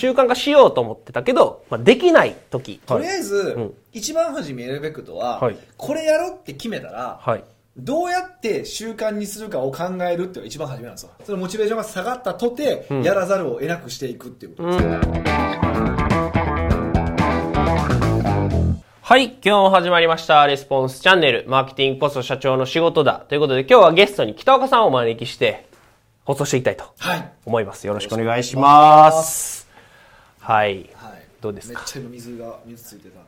習慣化しようと思ってたけど、まあ、できない時。とりあえず、ん一番初めやるべきことは、はいこれやろうって決めたら、はい。どうやって習慣にするかを考えるっていうのが一番初めなんですよ。そのモチベーションが下がったとて、やらざるを得なくしていくっていうこと。はい。今日も始まりました。レスポンスチャンネル。マーケティングこそ社長の仕事だ。ということで今日はゲストに北岡さんをお招きして放送していきたいとはい。思います。よろしくお願いしまます。はい。はい。どうですかめっちゃ今水が、水ついてた。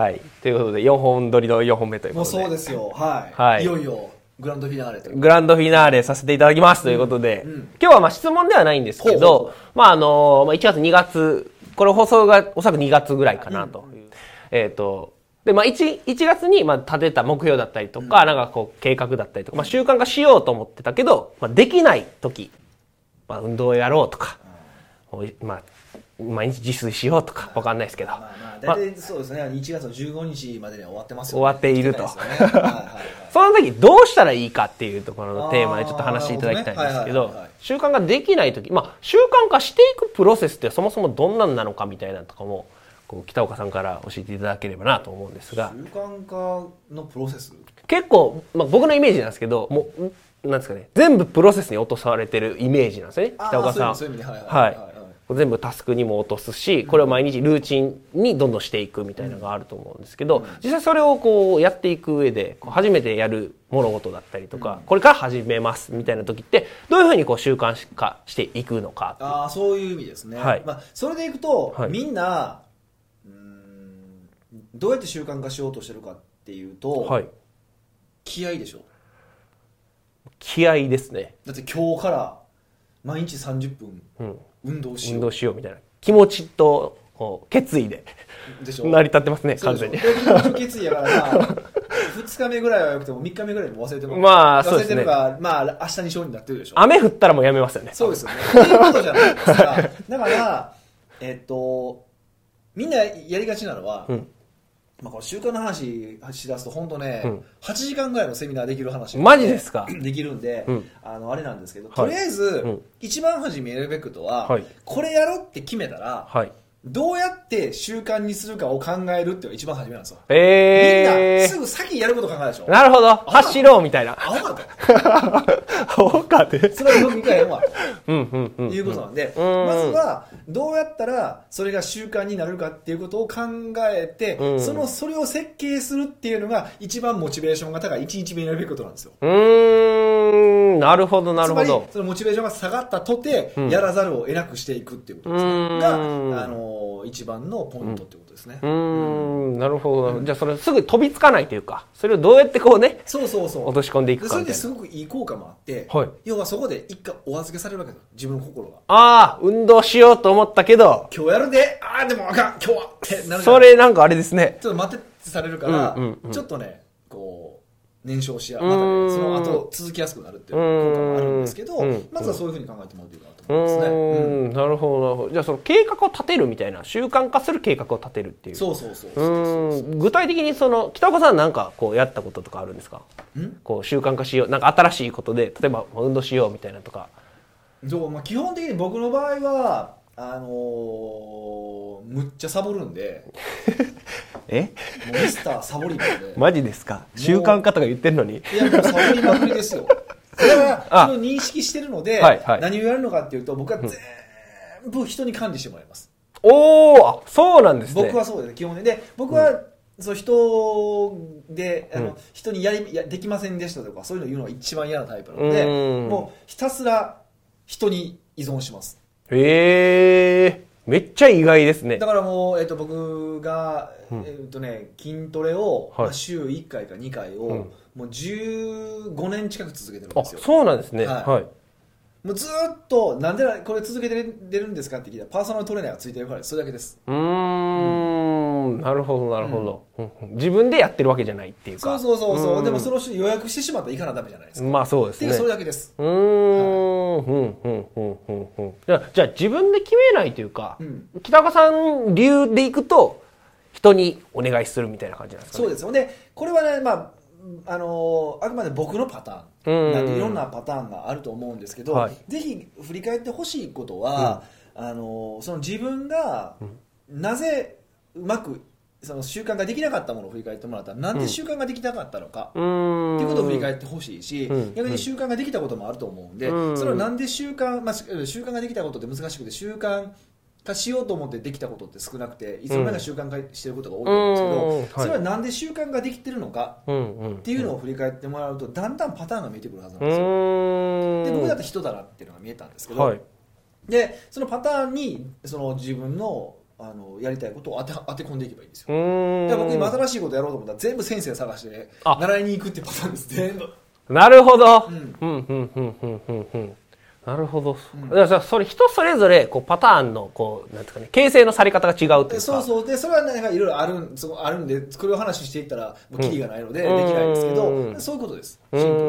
はい。ということで4本撮りの4本目というもこうとで。そうですよ。はい。はいいよいよ、グランドフィナーレという。グランドフィナーレさせていただきますということで、うん今日はまあ質問ではないんですけほうほうほど、まああの、まあ1月2月、これ放送がおそらく2月ぐらいかなという。えっ、と、で、まあ1、1月にまあ立てた目標だったりとか、なんかこう計画だったりとか、まあ習慣化しようと思ってたけど、まあできない時、まあ運動をやろうとか、おいまあ、毎日自炊しようとか、わかんないですけど、まあまあ、まあ大体そうですね。1月の15日までには終わってますよ、ね。終わっていると来ないですよねはいはいはいその時どうしたらいいかっていうところのテーマでちょっと話していただきたいんですけあーなるほどねはいはいどはいはい習慣ができない時、まあ、習慣化していくプロセスってそもそもどんなんなのかみたいなのとかもこう北岡さんから教えていただければなと思うんですが習慣化のプロセス結構、まあ、僕のイメージなんですけどもうんなんですかね全部プロセスに落とされてるイメージなんですよねあー北岡さん。そういう意味そういう意味でははいいはいはいはい全部タスクにも落とすしこれを毎日ルーチンにどんどんしていくみたいなのがあると思うんですけど、実際それをこうやっていく上でこう初めてやる物事だったりとか、これから始めますみたいな時ってどういうふうにこう習慣化していくのかっていうああそういう意味ですね、はいまあ、それでいくと、はいみんなうーんどうやって習慣化しようとしてるかっていうと、はい、気合でしょ気合ですね、だって今日から毎日30分うん、運動し運よ動しようみたいな気持ちとこう決意でうでしょ成り立ってますねそう完でし全ょに。でも決意やからな2 日目ぐらいはよくても3日目ぐらいも忘れてるまあそう忘でれすてねるから、まあ、明日に賞になってるでしょ雨降ったらもうやめますよね。そうですよね。っていうことじゃないですか。だから、えっと、みんなやりがちなのは、うんまあこの習慣の話しだすと、本当ね、うん8時間ぐらいのセミナーできる話。マジですか できるんで、うんあの、あれなんですけど、いとりあえず、うん一番初めやるべきことは、はいこれやろうって決めたら、はい。どうやって習慣にするかを考えるっていうのが一番初めなんですよ。みんえな、すぐ先やること考えるでしょ ー、。なるほど走ろうみたいな。あ、ほかと。 青かで。それはよく理解へんわ。うんうんうん。いうことなんで、うんまずはどうやったらそれが習慣になるかっていうことを考えて、うんそのそれを設計するっていうのが一番モチベーションが高い1日目にやるべきことなんですようーん、なるほど、なるほつまりど。そのモチベーションが下がったとて、やらざるを得なくしていくっていうことですね、うんが、あのー一番のポイントってことですね、うーん、なるほど。じゃあ、それすぐ飛びつかないというか、それをどうやってこうね、そうそうそう落とし込んでいくでかそれみたいでな。すごくいい効果もあって、はい要はそこで一回お預けされるわけだ自分の心がああ、運動しようと思ったけど、今日やるでああでもあかん今日はってなるじゃないそれなんかあれですね。ちょっと待てってされるから、うんうんうんちょっとね、こう、燃焼しや、んまたね、その後続きやすくなるっていう効果もあるんですけどうん、まずはそういうふうに考えてもらうといいかなとう思いますーね。うんん、なるほど、なるほど。じゃあ、その計画を立てるみたいな、習慣化する計画を立てるっていう。そうそうそううそうそうーん具体的にその北岡さんなんかこうやったこととかあるんですかんこう習慣化しようなんか新しいことで例えば運動しようみたいなとかそうまあ、基本的に僕の場合は、あのー、むっちゃサボるんで、えもうミスターサボりなんで、マジですか習慣化とか言ってんのに いや、もうサボりまくりですよ。だから、あそれを認識してるので、はいはい何をやるのかっていうと、僕は全部人に管理してもらいます。おおあそうなんですね僕はそうですね基本ねで僕は、そう人であの、うん人にやりやできませんでしたとかそういうの言うのが一番嫌なタイプなのでうんもうひたすら人に依存しますえー、めっちゃ意外ですねだからもう、えっと僕が、えっとね、筋トレを、はいまあ週1回か2回を、んもう15年近く続けてるんあですよそうなんですねは、はいいもうずーっとなんでなこれ続けてる出るんですかって聞いたらパーソナルトレーナーがついてるからですそれだけですうーんなるほどなるほど、うんうん自分でやってるわけじゃないっていうそかうそうそうそうーんでもその人予約してしまったらいかなダメじゃないですか、まあそうでっすていねうそれだけですうーん、ふんふんふんふんふんじゃあじゃあ自分で決めないというか、うん北岡さん流でいくと人にお願いするみたいな感じなんですかそうですよでこれはね、まあ、あのあくまで僕のパターンなんでいろんなパターンがあると思うんですけど、はいぜひ振り返ってほしいことは、あのその自分がなぜうまくその習慣ができなかったものを振り返ってもらったらなんで習慣ができなかったのか、うん。っていうことを振り返ってほしいし、ん逆に習慣ができたこともあると思うんで、うんそれをなんで習慣、まあ、し習慣ができたことって難しくて習慣化しようと思ってできたことって少なくていつの間にか習慣化してることが多いと思うんですけど、うんそれはなんで習慣ができてるのかうんうん。っっていうのを振り返ってもらうとだんだんパターンが見えてくるはずなんうですよ、ん。で僕だって人だなっていうのが見えたんですけど、はい。でそのパターンにその自分のあのやりたいことを当て当て込んでいけばいいんですようん。だから僕今新しいことやろうと思ったら全部先生探して、ね、あ習いに行くっていうパターンです全部なるほど。うんん、うん、うん、うん、うん、うん。なるほど。だからそれ人それぞれ、こう、パターンの、こう、なんですかね、形成のされ方が違うっていうか。そうそうでそれはなんかいろいろあるんそうあるんでこれを話していったらもうキリがないのででうんきないんですけど、うんそういうことですうシンプん、うルん、う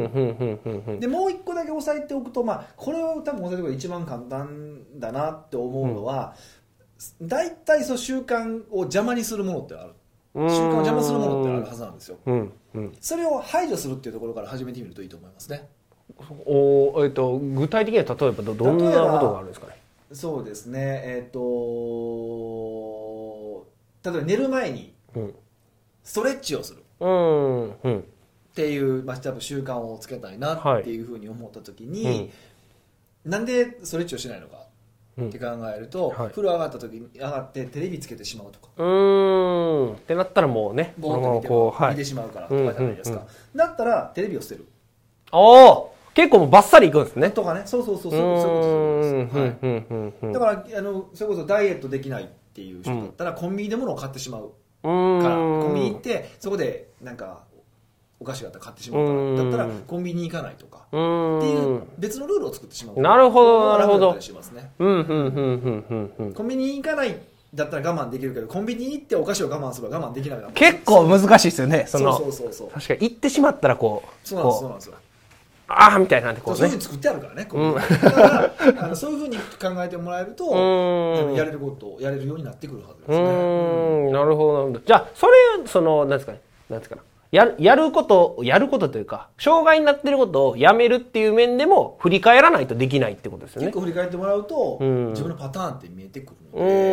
ん、うん、うん。でもう一個だけ押さえておくと、まあ、これを多分押さえておくと一番簡単だなって思うのは、大体その習慣を邪魔にするものってある習うん慣を邪魔するものってあるはずなんですようん、うん。それを排除するっていうところから始めてみるといいと思いますねおーえっ、と、具体的には例えばど、どんなことがあるんですかね。そうですねえっ、と例えば寝る前にうん。ストレッチをするうん、うん。っていう、まあ、多分習慣をつけたいなはいっていうふうに思った時に、うんなんでストレッチをしないのかうんって考えると、はい風呂上がった時に上がってテレビつけてしまうとかうーん。ってなったらもうね、ボーッと見てこう、は見てい。しまうからとかじゃないですか、うんうだったらテレビを捨てるおお結構もうバッサリいくんですね。とかねそうそうそううそうそういうこーとです、はんい、うん、うん、うん。だからあのそれこそダイエットできないっていう人だったら、コンビニで物を買ってしまううんからコンビニ行ってそこでなんかお菓子があったら買ってしまううんからだったらコンビニに行かないとうかっていー。うん別のルールを作ってしまうなるほど楽だなるほどったりしますねうん、うん、うん、うん、うん、うん。コンビニに行かないだったら我慢できるけどコンビニに行ってお菓子を我慢すれば我慢できなくなる結構難しいですよね。そのそうそうそうそう確かに行ってしまったらこう、そうなんですそうこなんですようああみたいなんでこそうういうふうねに。作ってあるからねコンビニだからあのそういうふうに考えてもらえるとんやれることをやれるようになってくるはずですうねーん、なるほどなるほど。じゃあそれそのなんですかね、なんですかな。やるやることやることというか障害になってることをやめるっていう面でも振り返らないとできないってことですよ結ね。構振り返ってもらうとん自分のパターンって見えてくるうのんで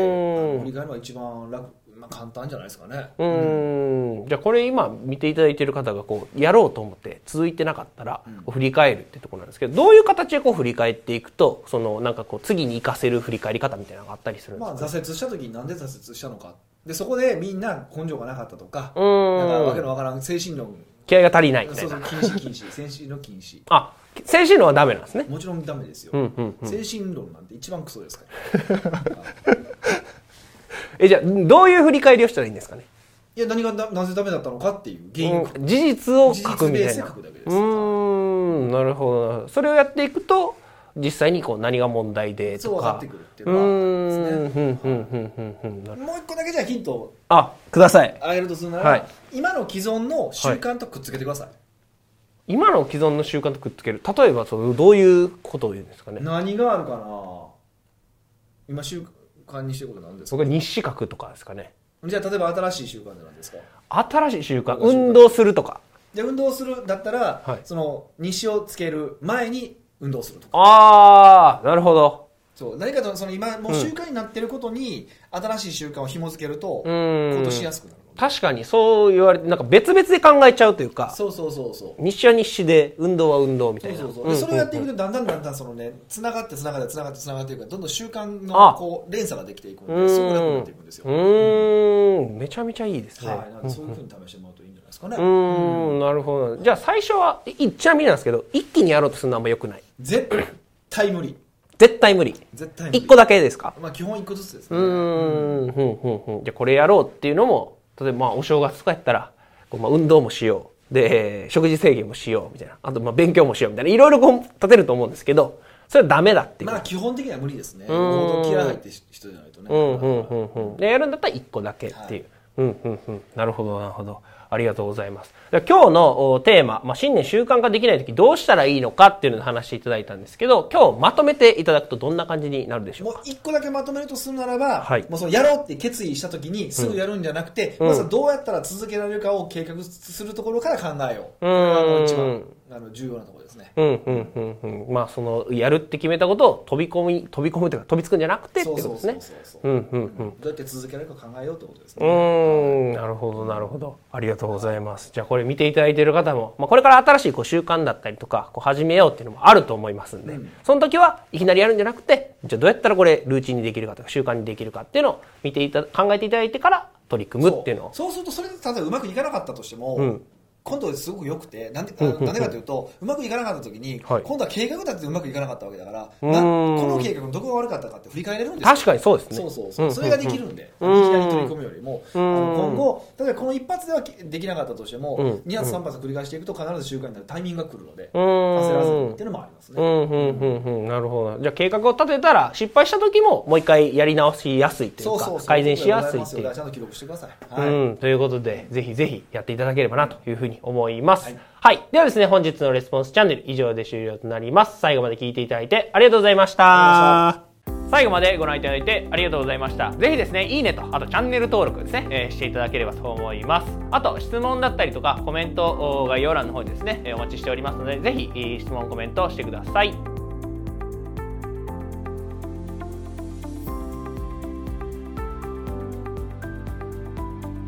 あの振り返るのが一番楽まあ簡単じゃないですかねうーんじゃあこれ今見ていただいている方がこうやろうと思って続いてなかったらこう振り返るってところなんですけどどういう形でこう振り返っていくとそのなんかこう次に活かせる振り返り方みたいなのがあったりするんですかまあ、挫折した時になんで挫折したのかでそこでみんな根性がなかったとかうんなんかわけのわからん精神論気合が足りないみたいそうそなう。禁止禁止 精神論禁止あ、精神論はダメなんですね。もちろんダメですよ、うんうん精神論なんて一番クソですからえ、じゃあ、どういう振り返りをしたらいいんですかね。いや何がななぜダメだったのかっていう原因を書くうん事実を書くみた事い実ベースでな。書くだけですうーん、なるほどなるほど。それをやっていくと、実際にこう何が問題でそうと分かっかて。くるっていううーのはん、あるんですふねんふんふんふんふんなるもう一個だけじゃあヒントをあ、ください。あげるとするなら、はい今の既存の習慣とくっつけてください、今の既存の習慣とくっつける。例えば、そうどういうことを言うんですかね。何があるかな今習慣にしてることなんですか僕は日誌書くとかですかね。じゃあ例えば新しい習慣って何ですか新しい習慣、運動するとか。で運動するだったら、はいその日をつける前に運動するとかあー、なるほど。そう何かとその今もう習慣になってることに新しい習慣を紐付けるとん行動しやすくなるので確かにそう言われて、なんか別々で考えちゃうというか、そうそうそうそう日誌は日誌で、運動は運動みたそういな。そうそううでんそれをやっていくとだんだんだんだんそのねつながってつながってつながってつながっていくからどんどん習慣のあこう連鎖ができていくうのんですごく楽になっていくんですよ、うーん、めちゃめちゃいいですね。はい、なんでそういうふうに試してもらうといいんじゃないですかね、うーん、なるほど。じゃあ最初は、いちなみになんですけど、一気にやろうとするのはあんま良くない。絶対無理絶対無理。絶対無理一個だけですかまあ基本一個ずつですうねーん、ふんふんふん。じゃあこれやろうっていうのも、例えばまあお正月とかやったら、こうまあ運動もしよう。で、食事制限もしようみたいな。あとまあ勉強もしようみたいな。いろいろこう立てると思うんですけど、それはダメだっていう。まあ基本的には無理ですね行動気合入って人じゃないとね、うんうんうんうんでやるんだったら1個だけっていう、うんうんうんなるほどなるほどありがとうございます。で今日のおテーマ、まあ、新年習慣化できない時どうしたらいいのかっていうのを話していただいたんですけど、今日まとめていただくとどんな感じになるでしょもううか。一個だけまとめるとするならば、はいもうそのやろうって決意したときにすぐやるんじゃなくて、んまずはどうやったら続けられるかを計画するところから考えよう。こうれんがもう一番あの重要なところですね。うんうんうんうん。まあそのやるって決めたことを飛び込み飛び込むというか飛びつくんじゃなくてってそこうとそでうすそうね。そうそうう。んうんうん。どうやって続けられるか考えようってことですうね。ーんなるほどなるほどありがとうございますじゃあこれ見ていただいている方も、まあ、これから新しいこう習慣だったりとかこう始めようっていうのもあると思いますんで、その時はいきなりやるんじゃなくてじゃあどうやったらこれルーチンにできるかとか習慣にできるかっていうのを見ていた考えていただいてから取り組むっていうのをそうそうするとそれで例えばうまくいかなかったとしても、今度すごく良くてなんで,あの、なんでかというとうまくいかなかった時に、はい今度は計画立ててうまくいかなかったわけだからなこーんの計画のどこが悪かったかって振り返れるんですよ確かにそうですねそうそうそう、んそれができるんで、んうんいきなり取り組むよりも、あうのん今後、例えばこの一発ではきできなかったとしても、うん2発、3発繰り返していくと、必ず習慣になるタイミングが来るので、うーん焦らずにっていうのもありますうね。んうんうんうんなるほどじゃあ計画を立てたら失敗した時ももう一回やり直しやすいといそううそうかそう改善しやすいっていうだからちゃんと記録してください。はいうん、ということで、ぜひぜひやっていただければなというふうに思います。ははいい、ではですね、本日のレスポンスチャンネル以上で終了となります。最後まで聞いていただいてありがとうございました。最後までご覧いただいてありがとうございました。ぜひですね、いいねと、あとチャンネル登録ですね、えーしていただければと思います。あと、質問だったりとか、コメントお概要欄の方にですね、えーお待ちしておりますので、ぜひ、えー質問、コメントしてください。